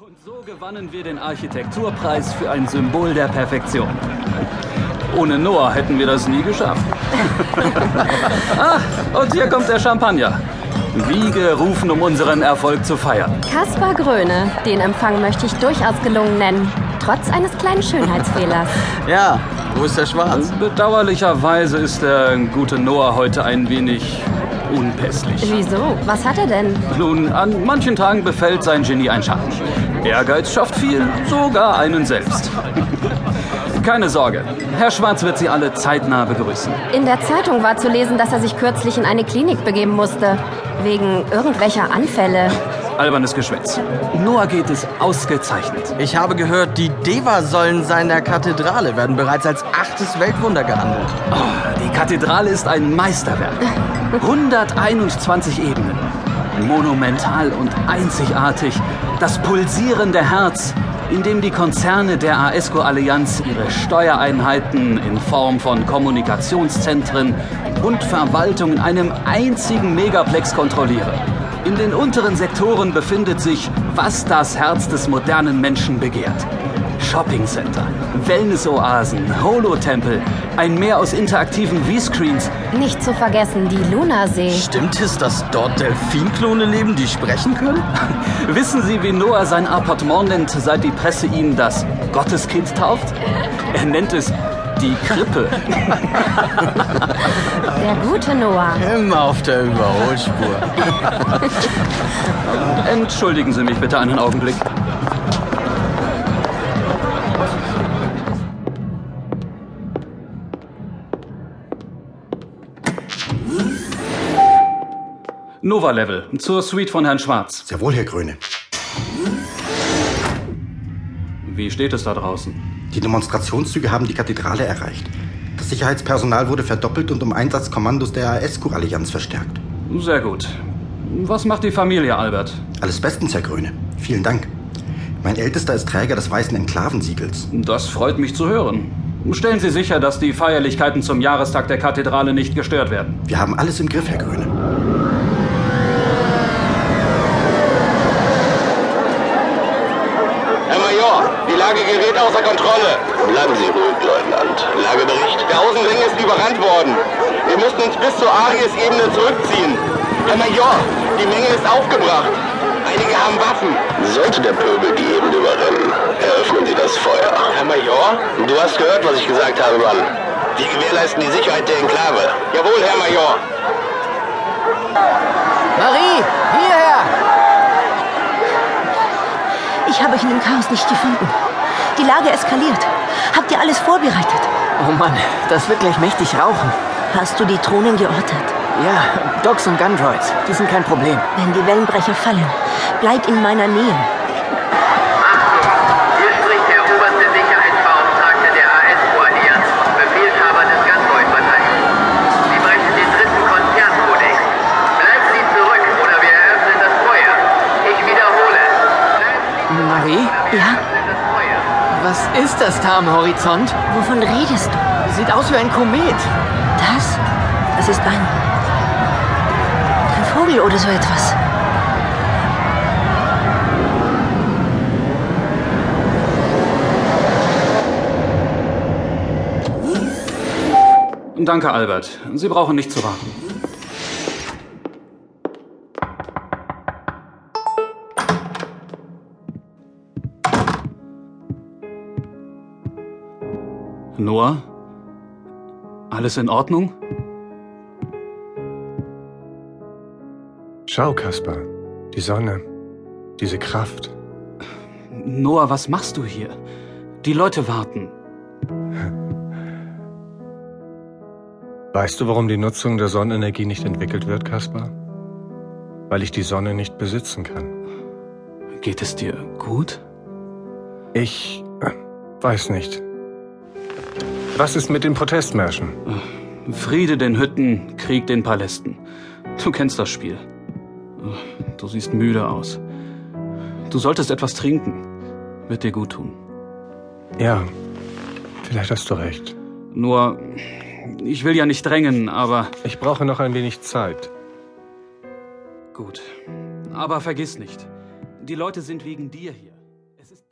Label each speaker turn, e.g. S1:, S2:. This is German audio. S1: Und so gewannen wir den Architekturpreis für ein Symbol der Perfektion. Ohne Noah hätten wir das nie geschafft. ah, und hier kommt der Champagner. Wie gerufen, um unseren Erfolg zu feiern.
S2: Kaspar Gröne, den Empfang möchte ich durchaus gelungen nennen, trotz eines kleinen Schönheitsfehlers.
S3: Ja, wo ist der Schwarz?
S1: Bedauerlicherweise ist der gute Noah heute ein wenig unpässlich.
S2: Wieso? Was hat er denn?
S1: Nun, an manchen Tagen befällt sein Genie ein Schatten. Ehrgeiz schafft viel, sogar einen selbst. Keine Sorge, Herr Schwarz wird Sie alle zeitnah begrüßen.
S2: In der Zeitung war zu lesen, dass er sich kürzlich in eine Klinik begeben musste. Wegen irgendwelcher Anfälle.
S1: Albernes Geschwätz. Noah geht es ausgezeichnet.
S3: Ich habe gehört, die Deva-Säulen seiner Kathedrale werden bereits als achtes Weltwunder gehandelt.
S1: Oh, die Kathedrale ist ein Meisterwerk. 121 Ebenen. Monumental und einzigartig. Das pulsierende Herz, in dem die Konzerne der E AESCO-Allianz ihre Steuereinheiten in Form von Kommunikationszentren und Verwaltung in einem einzigen Megaplex kontrollieren. In den unteren Sektoren befindet sich, was das Herz des modernen Menschen begehrt. Shoppingcenter, Wellnessoasen, Holotempel, ein Meer aus interaktiven V-Screens.
S2: Nicht zu vergessen die Lunasee.
S3: Stimmt es, dass dort Delfinklone leben, die sprechen können?
S1: Wissen Sie, wie Noah sein Appartement nennt, seit die Presse ihn das Gotteskind tauft? Er nennt es die Krippe.
S2: Der gute Noah.
S3: Immer auf der Überholspur.
S1: Entschuldigen Sie mich bitte einen Augenblick. Nova Level zur Suite von Herrn Schwarz.
S4: Sehr wohl, Herr Grüne.
S1: Wie steht es da draußen?
S4: Die Demonstrationszüge haben die Kathedrale erreicht. Das Sicherheitspersonal wurde verdoppelt und um Einsatzkommandos der ASCO-Allianz verstärkt.
S1: Sehr gut. Was macht die Familie, Albert?
S4: Alles bestens, Herr Grüne. Vielen Dank. Mein Ältester ist Träger des weißen Enklavensiegels.
S1: Das freut mich zu hören. Stellen Sie sicher, dass die Feierlichkeiten zum Jahrestag der Kathedrale nicht gestört werden.
S4: Wir haben alles im Griff, Herr Grüne.
S5: Herr Major, die Lage gerät außer Kontrolle. Bleiben Sie ruhig, Leutnant. Lagebericht. Der Außenring ist überrannt worden. Wir mussten uns bis zur Aries-Ebene zurückziehen. Herr Major, die Menge ist aufgebracht. Einige haben Waffen.
S6: Sollte der Pöbel die Ebene überrennen, eröffnen Sie das Feuer.
S5: Herr Major?
S6: Du hast gehört, was ich gesagt habe, Mann.
S5: Wir gewährleisten die Sicherheit der Enklave. Jawohl, Herr Major.
S7: Marie, hierher!
S8: Ich habe euch in dem Chaos nicht gefunden. Die Lage eskaliert. Habt ihr alles vorbereitet?
S7: Oh Mann, das wird gleich mächtig rauchen.
S8: Hast du die Drohnen geortet?
S7: Ja, Docs und Gundroids, die sind kein Problem.
S8: Wenn die Wellenbrecher fallen, bleibt in meiner Nähe.
S9: Hier spricht der oberste Sicherheitsbeauftragte der AS-Allianz, Befehlshaber des Ganzboy-Bataillons. Sie brechen den dritten Konzernkodex. Bleiben Sie zurück oder wir eröffnen das Feuer. Ich wiederhole. Bleiben Sie zurück
S7: Marie,
S8: Ja?
S9: oder das Feuer.
S7: was ist das da am Horizont?
S8: Wovon redest du?
S7: Sieht aus wie ein Komet.
S8: Das? Das ist ein. ein Vogel oder so etwas.
S1: Danke, Albert. Sie brauchen nicht zu warten. Noah? Alles in Ordnung?
S10: Schau, Kaspar. Die Sonne. Diese Kraft.
S1: Noah, was machst du hier? Die Leute warten.
S10: Weißt du, warum die Nutzung der Sonnenenergie nicht entwickelt wird, Kaspar? Weil ich die Sonne nicht besitzen kann.
S1: Geht es dir gut?
S10: Ich äh, weiß nicht. Was ist mit den Protestmärschen?
S1: Friede den Hütten, Krieg den Palästen. Du kennst das Spiel. Du siehst müde aus. Du solltest etwas trinken. Wird dir gut tun.
S10: Ja, vielleicht hast du recht.
S1: Nur, ich will ja nicht drängen, aber
S10: Ich brauche noch ein wenig Zeit.
S1: gut. Aber vergiss nicht, die Leute sind wegen dir hier.